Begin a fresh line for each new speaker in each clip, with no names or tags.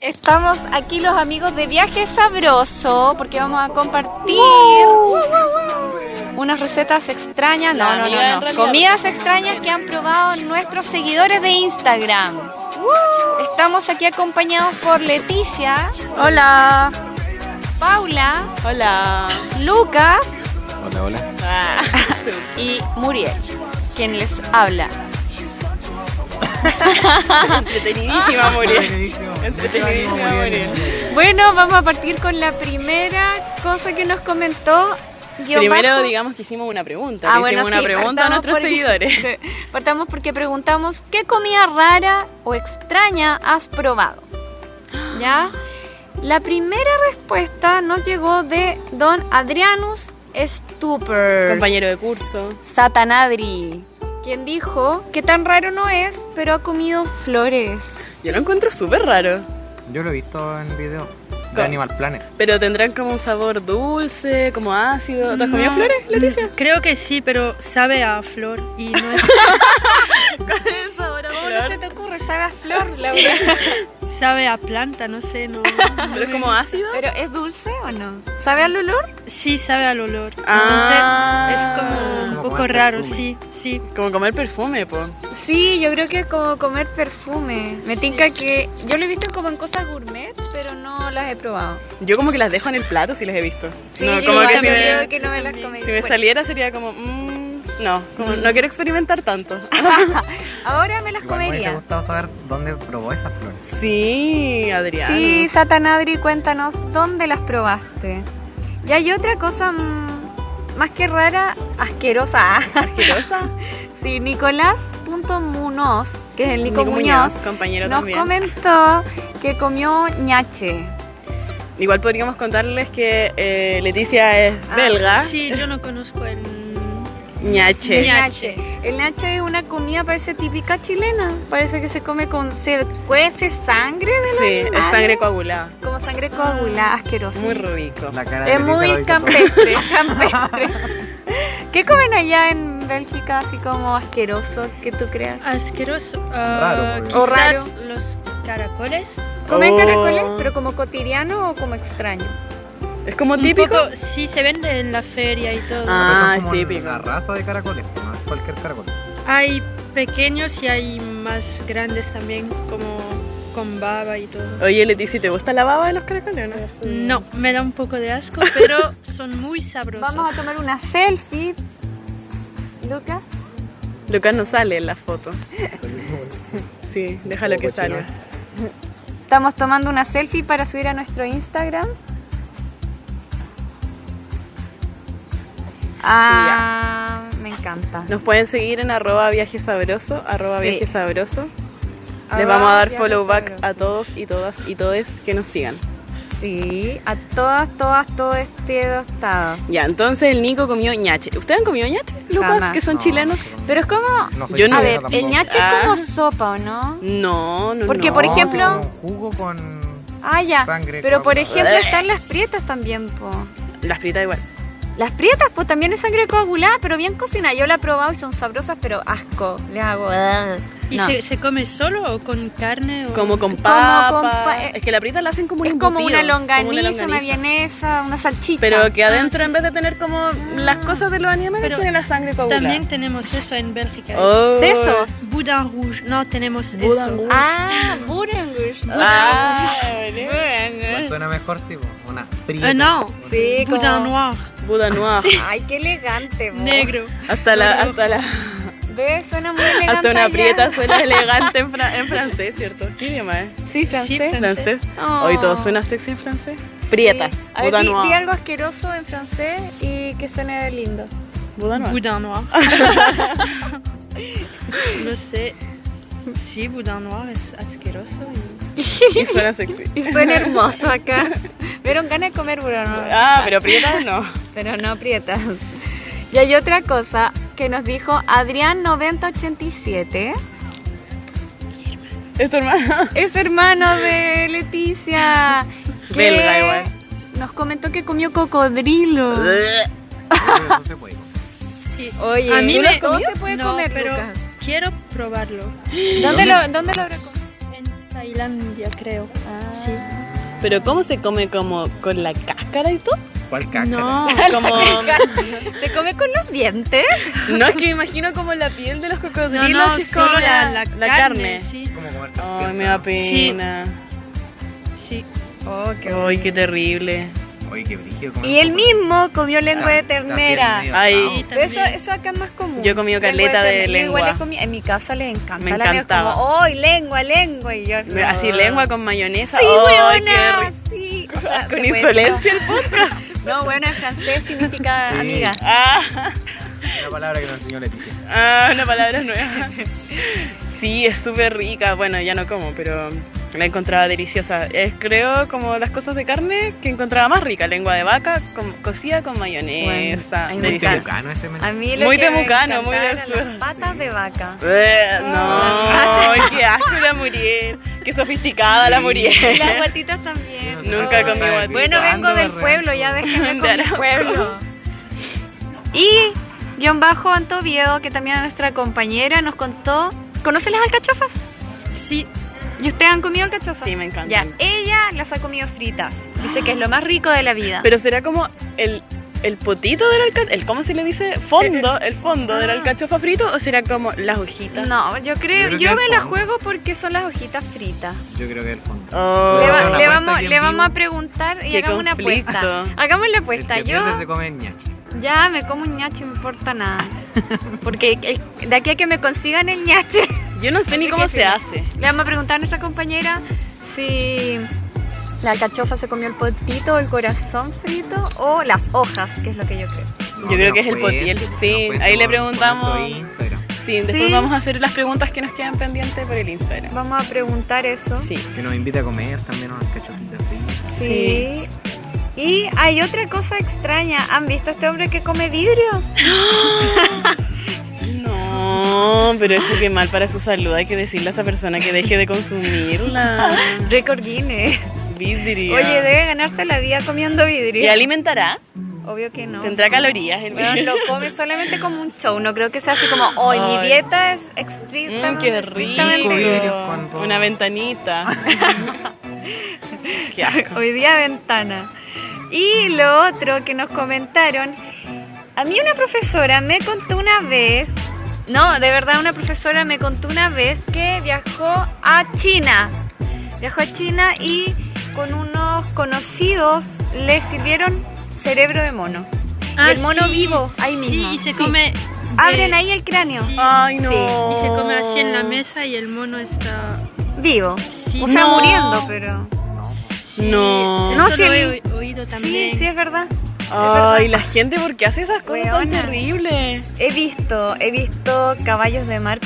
Estamos aquí los amigos de Viaje Sabroso porque vamos a compartir unas recetas extrañas, no, no, no, no, comidas extrañas que han probado nuestros seguidores de Instagram. Estamos aquí acompañados por Leticia,
Hola.
Paula,
Hola.
Lucas
Hola, hola.
Ah.
y Muriel, quien les habla.
Entretenidísima Muriel. Entretenidísima Muriel.
Bueno, vamos a partir con la primera cosa que nos comentó. guión
Primero
bajo.
digamos que hicimos una pregunta.
Ah,
le
bueno,
hicimos una
sí,
pregunta a
partamos
nuestros
por-
seguidores.
Partamos porque preguntamos qué comida rara o extraña has probado. ¿Ya? La primera respuesta nos llegó de don Adrianus Stupers,
Compañero de curso.
Satanadri, quien dijo que tan raro no es, pero ha comido flores.
Yo lo encuentro súper raro.
Yo lo he visto en video de
¿Cómo?
Animal Planet.
Pero tendrán como un sabor dulce, como ácido. ¿Te has comido
No. Mm,
flores, Leticia?
Creo que sí, pero sabe a flor y no es...
¿Cómo
Flor.
no se te ocurre? Sabe a flor, la verdad.
sabe a planta, no sé, no.
¿Pero es como ácido?
¿Pero es dulce o no? ¿Sabe al olor?
Sí sabe al olor.
Ah.
Entonces es como
Como
un poco
comer
raro, sí,
perfume.
sí.
Como comer perfume, po.
Sí, yo creo que es como comer perfume. Me tinca que yo lo he visto como en cosas gourmet, pero no las he probado.
Yo como que las dejo en el plato si las he visto.
Sí,
No,
sí,
como que si
también
me,
creo que no me las comí.
si me
Bueno,
saliera sería como... mm, no, como no quiero experimentar tanto.
Ahora me las
Igual me hubiese
comería.
gustado saber dónde probó esas flores.
Sí, Adrián.
Sí, Satanadri, cuéntanos dónde las probaste. Y hay otra cosa mm, más que rara, asquerosa.
Asquerosa.
Sí, Nicolás.munoz, que es el Nico,
Nico
Muñoz,
compañero
nos
también.
comentó que comió ñache.
Igual podríamos contarles que eh, Leticia es
Ah,
belga.
Sí, yo no conozco el...
Ñache.
Ña-
Nache. El nache es una comida parece típica chilena. Parece que se come con se cuece sangre de los
Sí, es
animales.
sangre coagulada.
como sangre coagulada, asquerosa.
Muy rico.
La cara de
es
Leticia lo
muy
dice
campestre, campestre. ¿Qué comen allá en Bélgica así como asqueroso que tú creas?
Asqueroso.
Raro,
ah,
pues.
quizás
O raro.
los caracoles.
¿Comen
Oh.
caracoles pero como cotidiano o como extraño?
Es como
Un
típico.
poco- sí, se vende en la feria y todo.
Ah.
Pero son
es
como
típico.
La raza de caracoles, no es cualquier caracol.
Hay pequeños y hay más grandes también, como con baba y todo.
Oye, Leticia, ¿te gusta la baba de los caracoles o no?
No, me da un poco de asco, pero son muy sabrosos.
Vamos a tomar una selfie. Lucas,
Lucas no sale en la foto. Sí, déjalo que salga.
estamos tomando una selfie para subir a nuestro Instagram. Ah, me encanta.
Nos pueden seguir en arroba viaje sabroso, arroba
Sí.
viaje sabroso. Les
Arroba
vamos a dar
Viaje
follow back
Sabroso.
a todos y todas y todes que nos sigan.
Sí, a todas, todas, todo este tostado.
Ya, entonces el Nico comió ñache. ¿Ustedes han comido ñache, Lucas,
Jamás.
que son
No,
chilenos?
Pero es como.
No soy
Yo no-
A
chileno
ver,
tampoco.
el ñache
Ah.
es como sopa, ¿o no?
No, no,
Porque,
no.
por
No,
ejemplo-
es como Un jugo con.
Ah, ya.
Sangre,
Pero por
coagulada.
Eh.
ejemplo están las prietas también, po.
Las fritas igual.
Las prietas, pues también es sangre coagulada, pero bien cocinada. Yo la he probado y son sabrosas, pero asco. Les hago. "Ugh".
¿Y
No.
se, se come solo o con carne? O...
Como
Como
con papa.
con pa-
es que la prita la hacen como un
Es como
embutido,
una longaniza, una Ah,
longaniza.
vienesa, una salchicha.
Pero que adentro, en vez de tener como las cosas de los animales,
Pero
tiene la sangre coagulada.
También tenemos eso en Bélgica.
Oh.
Sesos.
Boudin rouge. No, tenemos
Boudin
eso.
rouge.
Ah, Burengush.
Ah, vale.
Igual Suena mejor, sí, po, una frita.
Eh, no.
Ah, Sí, como-
Boudin noir.
Buda noir.
Ay, qué elegante, po.
Negro.
Hasta la, hasta la,
Ve, suena muy elegante.
hasta una
allá.
prieta suena elegante en, fra- en francés, ¿cierto? ¿Qué idioma es?
Sí,
Sí,
francés.
¿eh? Francés.
Oh.
Hoy todo suena sexy en francés. Prieta.
Sí. A ver,
Buda
di- di
noir.
algo asqueroso en francés y que suene lindo.
Buda noir.
Boudin noir. no sé. Sí, Boudin noir es asqueroso. y-
Y suena sexy.
Y suena hermoso acá. Vieron ganas de comer burano,
Ah, pero prieta no.
pero no prietas. Y hay otra cosa que nos dijo Adrián9087.
Es tu hermana.
Es hermano de Leticia. que
Belga igual.
Nos comentó que comió cocodrilo.
Eso se puede.
Sí.
Oye,
A mí
¿tú
me
los- ¿cómo
comió?
se puede
no,
comer,
pero
Lucas?
quiero probarlo.
¿Dónde lo, dónde lo habrá comido?
En Tailandia. Tailandia, creo. Sí.
Pero ¿cómo se come como con la cáscara y todo?
¿Cuál caca?
No,
Como
¿Te come con los dientes?
no es que me imagino como la piel de los
no,
cocodrilos
no,
que es
solo
como
la, la carne. Sí,
Como
Ay,
comer serpiente,
me da
¿no?
pena.
sí. Oh, qué
Ay, qué terrible.
Oye, qué brígido. comer
Y él
coco-
mismo comió
Ah,
lengua de
También
ternera.
medio
Ay.
asado.
Sí,
Pero eso,
también.
eso acá es más común.
Yo he comido
Lengua
caleta de
ternera. Yo igual
lengua.
he comido- en mi casa le encanta
Me
la lengua.
encantaba.
Como, ¡ay, lengua, lengua! Y yo
Me- Así lengua con mayonesa.
¡Sí,
Ay, qué
huevona!
rico.
Sí. O sea,
Con
te puedes-
insolencia el
No, bueno, en francés significa
Sí.
amiga.
Ah,
Una palabra que nos enseñó Leticia.
ah, una palabra nueva. Sí, es súper rica. Bueno, ya no como, pero la encontraba deliciosa. Es creo como las cosas de carne que encontraba más rica. Lengua de vaca con- cocida con mayonesa.
Bueno, a mí me
Muy este
Deliciosa.
encanta.
temucano ese men.
A mí lo
Muy
que me
temucano, muy
encantaba
del
eran
sur.
Las patas de vaca.
Eh,
Ah.
No, qué asco la Muriel. Qué sofisticada la
Y Las
Muriel.
guatitas también.
Sí, no
Nunca
Ay.
comí guatitas.
Bueno, vengo del pueblo, ya déjenme con el
Arauco.
pueblo. Y guión bajo Antoviedo, que también es nuestra compañera, nos contó. ¿Conocen las alcachofas?
Sí,
¿Y ustedes han comido alcachofas?
Sí, me encantan.
Ya, ella las ha comido fritas. Dice que es lo más rico de la vida.
Pero será como el, el potito del alcachofa, el, ¿cómo se le dice? Fondo, el fondo del
Ah.
alcachofa frito o será como las hojitas.
no, yo creo,
Yo creo
yo,
que
me
el
la
pan.
juego porque son las hojitas fritas.
Yo creo que el fondo.
Oh.
Le, va-
Hagamos una
le
apuesta
vamos,
aquí en
le
vivo.
vamos a preguntar y
Qué
hagamos una
conflicto.
apuesta. Hagamos la
El
apuesta.
que
Yo
pierde se come ñachi.
Ya, me como un ñache, no importa nada. Porque el- de aquí a que me consigan el ñache,
Yo no sé ni cómo se hace.
le vamos a preguntar a nuestra compañera si la cachofa se comió el potito, el corazón frito o las hojas, que es lo que yo creo.
Yo creo que es el potiel, sí.
nos
Ahí le
cuenta por- por
preguntamos.
nuestro Instagram,
Sí, después
Sí.
vamos a hacer las preguntas que nos quedan pendientes por el Instagram.
Vamos a preguntar eso.
Sí.
Que nos invita a comer también unas cachotitas. Sí.
Sí. Y hay otra cosa extraña. ¿Han visto a este hombre que come vidrio?
No, pero eso que mal para su salud. Hay que decirle a esa persona que deje de consumirla.
Record Guinness.
Vidrio.
Oye, debe ganarse la vida comiendo vidrio.
¿Y alimentará?
Obvio que no.
¿Tendrá calorías el
Bueno,
vidrio?
lo come solamente como un show, no creo que sea así como, hoy mi
Ay.
dieta es
Mm,
estrictamente...
qué
estrictamente
Cinco
vidrio".
vidrios
rico.
con-
Una ventanita. qué asco.
Hoy día ventana. Y lo otro que nos comentaron, a mí una profesora me contó una vez, no, de verdad una profesora me contó una vez que viajó a China. Viajó a China y con unos conocidos le sirvieron cerebro de mono.
Ah,
el mono
sí.
vivo, ahí mismo.
Sí, y se
Sí.
come. de-
Abren ahí el cráneo.
Sí,
Ay, no.
Sí,
Y se come así en la mesa y el mono está.
Vivo.
Sí.
O sea,
No.
muriendo, pero...
Sí,
No.
Eso
No,
lo
sí,
he oi- oído también.
Sí, sí, es verdad.
Ay, la gente, ¿por qué hace esas cosas tan
Weona.
terribles?
He visto, he visto caballos de mar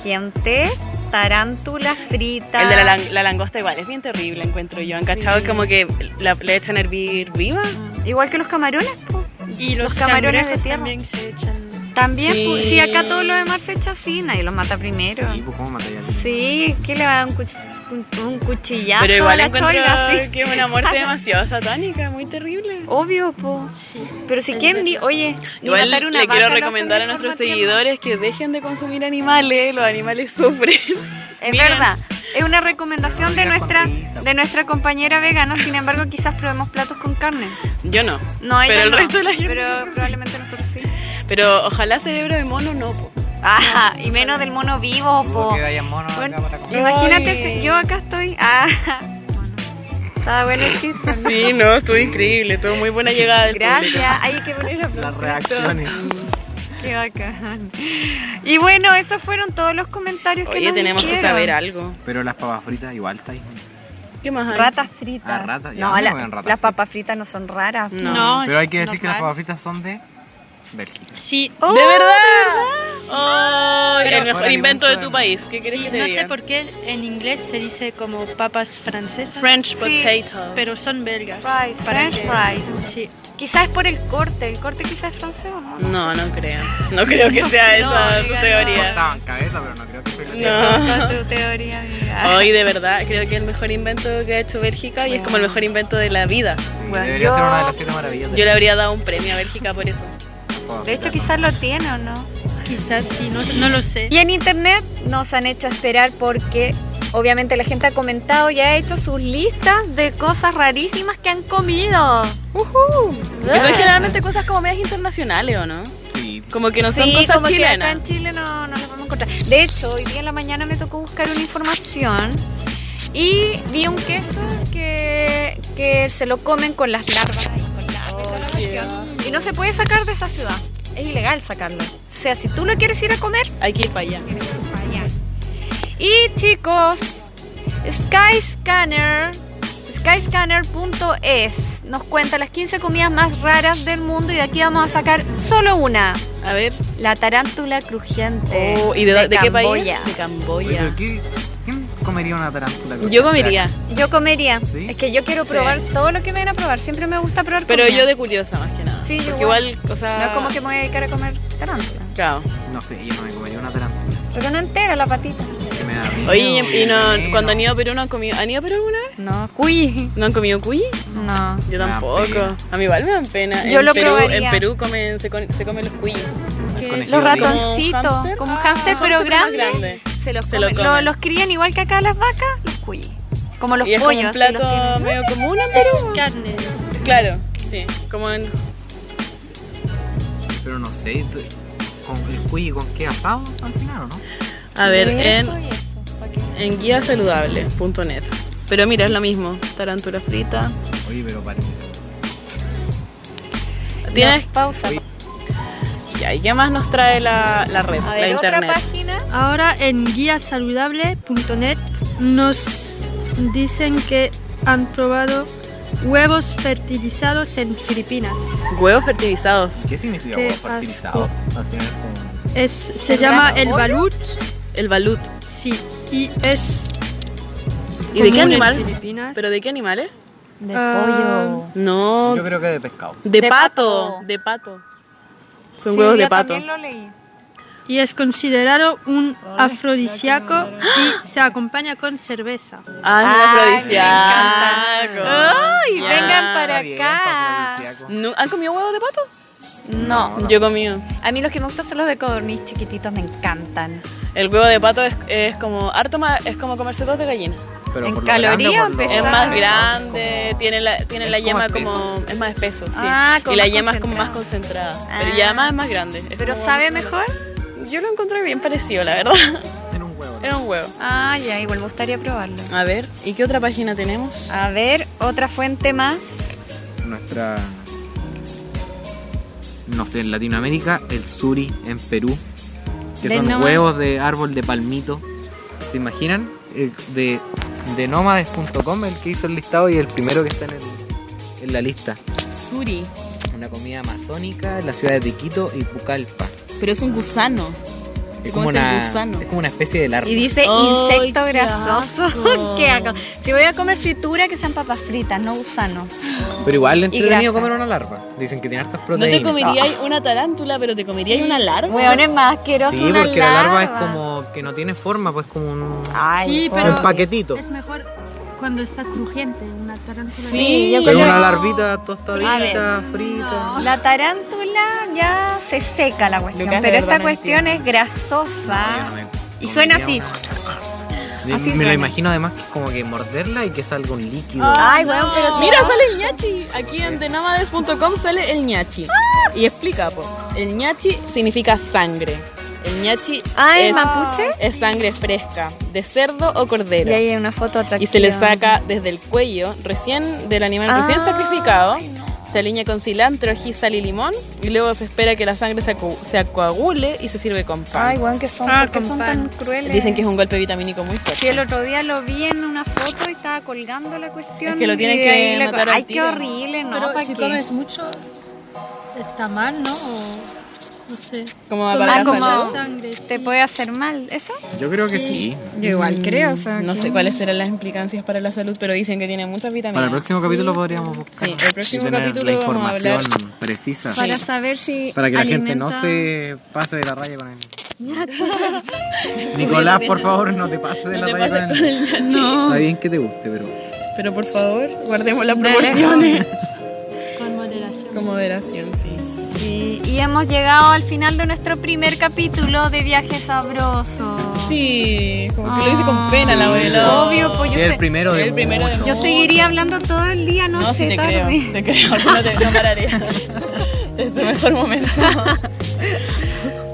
crujientes, tarántulas fritas.
El de la, lan- la langosta igual, es bien terrible, encuentro yo. ¿Han cachado como que la, le echan a hervir viva?
Igual que los camarones, po.
Y los,
Los camarones de
cangrejos
tierra.
también se echan.
También,
Sí.
po. sí. acá todo lo de mar se echa así, nadie los mata primero.
Sí, pues cómo mataría al-
Sí, ¿qué le va a dar un, cuch- un- un cuchillazo
Pero igual
a la
encuentro
cholga? Sí.
que es una muerte demasiado satánica, muy terrible.
Obvio, po.
Sí.
Pero si
Es
quién,
verdad.
di- oye, ni
Igual
matar una
le
vaca
quiero
lo hacen
recomendar
de
a nuestros
forma tierna.
seguidores que dejen de consumir animales, los animales sufren.
Es
Miren.
verdad, es una recomendación de
Pero no
nuestra,
digas con risa.
de nuestra compañera vegana, sin embargo quizás probemos platos con carne.
Yo no.
No, ella
Pero el
no,
resto de la gente
Pero probablemente nosotros sí.
Pero ojalá cerebro de mono no. po.
Ah, y menos del mono vivo,
Dudo
po.
que vayan monos acá
Bueno,
para comer.
imagínate,
Ay.
si yo acá estoy. Ah, bueno. Estaba bueno el chiste. ¿no?
Sí, no, estuvo increíble, estuvo muy buena llegada del público.
Gracias, hay que poner
Las
aplausos.
reacciones.
Qué bacán. Y bueno, esos fueron todos los comentarios que
Oye,
nos
tenemos que
hicieron.
saber algo.
Pero las papas fritas igual está ahí.
¿Qué más hay?
Ratas fritas.
Ah, ratas, ya,
no,
¿cómo
la-
ven ratas
las
fritas?
papas fritas no son raras.
No.
Pero hay que decir que las
normal.
papas fritas son de Bélgica.
Sí.
Oh,
¡De verdad! Ay,
Pero
el mejor
fuera
invento de
alimento
tu
de-
país. ¿Qué quieres
Y
que te
no
diga?
sé por qué en inglés se dice como papas francesas.
Sí,
French potato.
Pero son belgas.
Fries,
Para
French
que-
fries.
Sí.
Quizás por el corte. El corte quizás es francés o no.
No, no creo. No creo que sea esa tu
diga, no.
teoría.
Estaban cabeza, pero no creo que sea
No.
Esa es tu teoría, amiga.
Hoy, de verdad, creo que es el mejor invento que ha hecho Bélgica y es como el mejor invento de la vida.
Bueno,
Debería
yo-
ser una de las siete maravillas. de
Yo le habría dado un premio a Bélgica por eso.
las papas
De hecho,
fritas,
quizás lo tiene o no.
Quizás sí, no, no lo sé.
Y en internet nos han hecho esperar porque Obviamente la gente ha comentado y ha hecho sus listas de cosas rarísimas que han comido.
¡Uhú!
Ah.
Son generalmente cosas como medias internacionales, ¿o no?
Sí.
Como que no son
Sí,
cosas
como que acá
chilenas.
en Chile no, no las vamos a encontrar. De hecho, hoy día en la mañana me tocó buscar una información y vi un queso que, que se lo comen con las larvas y con
Oh,
la, y toda la cuestión. Y no se puede sacar de esa ciudad. Es ilegal sacarlo. O sea, si tú lo quieres ir a comer,
Hay que ir para allá.
tienes que ir para allá. Y chicos, Skyscanner, skyscanner.es nos cuenta las 15 comidas más raras del mundo y de aquí vamos a sacar solo una.
A ver.
La tarántula crujiente.
Oh, ¿Y de, de qué país?
Eh, Camboya.
De
Oye,
Camboya.
¿qué- ¿Quién comería una tarántula?
Oh, Yo comería,
Yo comería.
¿Sí?
Es que yo quiero
Sí.
probar todo lo que me van a probar. Siempre me gusta probar
pero
comida.
yo de curiosa más que nada.
Sí, yo
Porque
igual.
igual, o sea.
No es como que me voy a dedicar a comer tarántula.
Claro.
No sé, yo no me comería una tarántula.
Pero no entera la patita.
Que me da miedo,
Oye, y, y no,
veneno.
cuando han ido a Perú no han comido. ¿Han ido a Perú alguna vez?
No, cuy.
¿No han comido cuy?
No.
Yo
Me da
tampoco.
pena.
A mí igual me dan pena.
Yo
en
lo
Perú,
probaría.
En Perú comen, se, con- se comen los cuyes.
Que
conejillo
Los
rico.
ratoncitos,
¿Como un hámster?
como un
Ah,
hámster, pero
hámster más
grande,
grande.
se los
Se
comen.
lo comen.
Los, los crían igual que acá las vacas, los cuy. Como los
y es como
pollos.
un
así
plato
los tienen.
medio común en
es
Perú.
carne.
Claro, sí. Como en.
Pero no sé, tú- ¿con el cuy y con qué asado al final o no?
A ver,
Eso
en,
y eso, ¿pa' qué?
en guiasaludable.net. Pero mira, es lo mismo. Tarántula frita.
Oye, pero parece.
Tienes.
No, pausa.
Oye,
Ya, ¿Y qué más nos trae la, la red,
A
la
ver, otra
internet?
página.
Ahora en guiasaludable.net nos dicen que han probado huevos fertilizados en Filipinas.
Huevos fertilizados.
¿Qué significa
Qué
huevo fertilizado? Al final es como.
Es, se
¿El
llama
gran
el
pollo?
balut,
El balut.
sí, y es
¿Y de
común
qué
en
animal?
Filipinas.
¿Pero de qué animales?
De
Ah,
pollo.
No,
Yo creo que de pescado.
de,
De
pato.
pato.
De pato. Son
Sí,
huevos de
yo
pato.
también lo leí.
y es considerado un afrodisíaco y se acompaña con cerveza.
Ah,
Ay,
es
me
afrodisíaco.
encanta. Ay,
Ya.
vengan para
Ah, Está bien,
acá.
está afrodisíaco.
¿No- ¿Han comido huevos de pato?
No.
No.
Yo he comido.
A mí los que me gustan son los de codorniz chiquititos, me encantan.
El huevo de pato es, es como harto más, es como comerse dos de gallina.
Pero
En
por lo grande
calorías
o por lo-
empezó.
Es
Ah,
más
es
grande, tiene la, tiene
es
la
como
yema
espeso.
como es más espeso, sí.
Ah, como
y la
más
yema es como más concentrada, pero ya además es más grande. Es
¿Pero
como-
sabe mejor?
Yo lo encontré bien parecido, la verdad.
En un huevo.
Era un huevo.
Ah, ya, igual me gustaría probarlo.
A ver, ¿y qué otra página tenemos?
A ver, otra fuente más.
Nuestra. No sé, en Latinoamérica, el suri en Perú. Que
De
son
nómada.
huevos de árbol de palmito. ¿Se imaginan? Eh, De, de nomades.com, el que hizo el listado y el primero que está en, el- en la lista.
Suri,
Una comida amazónica en las ciudades de Quito y Pucallpa.
pero es un gusano.
Es
¿Cómo
como,
es el
una,
gusano?
es como una especie de larva.
Y dice
Ay,
insecto
qué
grasoso.
asco.
¿Qué hago? Si voy a comer fritura, que sean papas fritas, no gusanos.
Pero igual
grasa.
entretenido comer una larva. Dicen que tiene hartas
No
proteínas.
te comeríais una tarántula, pero te comeríais una larva.
Weón, es más asqueroso
Sí,
una
porque la larva es
larva. Ah,
como que no tiene forma, pues como un,
Ay,
Sí,
por-
pero-
un paquetito.
Es mejor cuando está crujiente una tarántula.
Sí, yo
Pero
creo-
una larvita
A ver.
tostadita, frita.
La tarántula ya se seca la cuestión,
Lucas, de
pero
verdad
esta
no
cuestión es
No,
grasosa.
yo no me
Y suena así.
comería una-
Así
me
suena.
lo imagino además que es como que morderla y que salga un líquido.
Ah,
Ay, weón, pero
Mira, sale el ñachi. Aquí en denamades.com sale el ñachi. Y explica, po. El ñachi significa sangre. El ñachi
Ah, ¿es
es,
mapuche?
es sangre fresca, de cerdo o
Y
cordero.
ahí hay una foto atractiva.
Y se le saca desde el cuello, recién del animal recién
Ah.
sacrificado. Se aliña con cilantro, ají, sal y limón. Y luego se espera que la sangre se, acu- se coagule y se sirve con
Ay,
pan.
weón, que son,
Ah,
¿por qué
con
son tan
pan.
crueles.
Dicen que es un golpe vitamínico muy fuerte.
Sí, el otro día lo vi en una foto y estaba colgando la cuestión.
Es que lo tienen
y
que
ahí le-
matar al
Ay, qué
tiro.
horrible, ¿no?
Pero
¿pa'
si
qué?
comes mucho, está mal, ¿no? O, no sé.
Como va
Tomar
para la
como-
salud.
sangre. sí.
Ah, ¿Te puede hacer mal eso?
Yo creo que sí.
Yo igual creo, o sea.
Mm, No sé cuáles serán las implicancias para la salud, pero dicen que tiene muchas
Para el
vitaminas.
próximo capítulo podríamos buscar
Sí, el próximo
y tener
capítulo
la
vamos a
información
hablar.
precisa
Para saber si.
para que la gente
alimenta-
no se pase de la raya con el Nicolás, por favor, no te pases de
No
la
te
raya
pases
con
con
el
el ñachi.
Está bien que te guste, pero
Pero por favor, guardemos las
Dale.
proporciones.
Con moderación.
Con moderación, sí.
Sí, y hemos llegado al final de nuestro primer capítulo de Viaje Sabroso.
Sí, como que lo dice con pena
Ah,
la abuela.
obvio, pues yo
Sí, el
sé-
primero de
el primero de
muchos.
Yo
No,
seguiría hablando todo el día,
No,
noche,
sí te
tarde.
creo, te creo, yo no, te, no pararé. es tu mejor momento.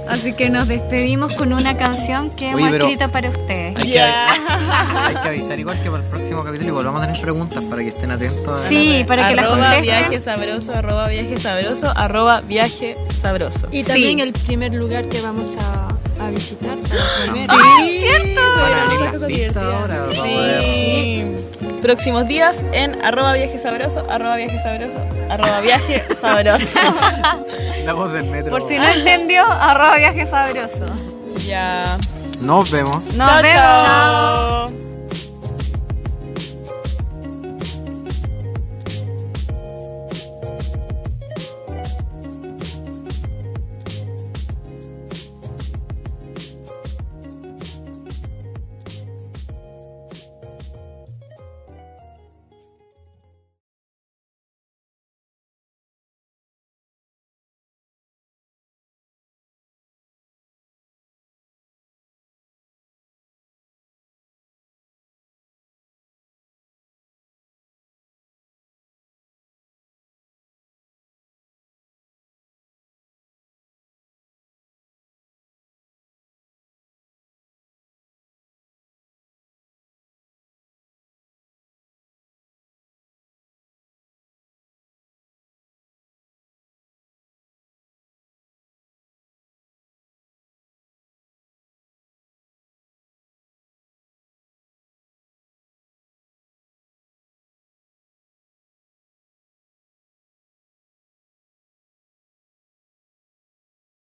Así que nos despedimos con una canción que
Oye,
hemos
pero-
escrito para ustedes.
Hay,
Ya.
que, hay que avisar igual que para el próximo capítulo igual vamos a tener preguntas para que estén atentos. a-
Sí, para que las
arroba
contesten.
viaje sabroso, arroba viaje sabroso, arroba viaje sabroso.
Y también
Sí.
el primer lugar que vamos a, a visitar.
Sí.
cierto!
Van a abrir las pistas ahora. vamos a ver.
Sí. Próximos días en arroba viaje sabroso, arroba viaje sabroso, arroba viaje sabroso.
La voz del metro.
Por si no entendió, arroba viaje sabroso.
ya.
Nos vemos.
Nos
Chao,
vemos.
chao.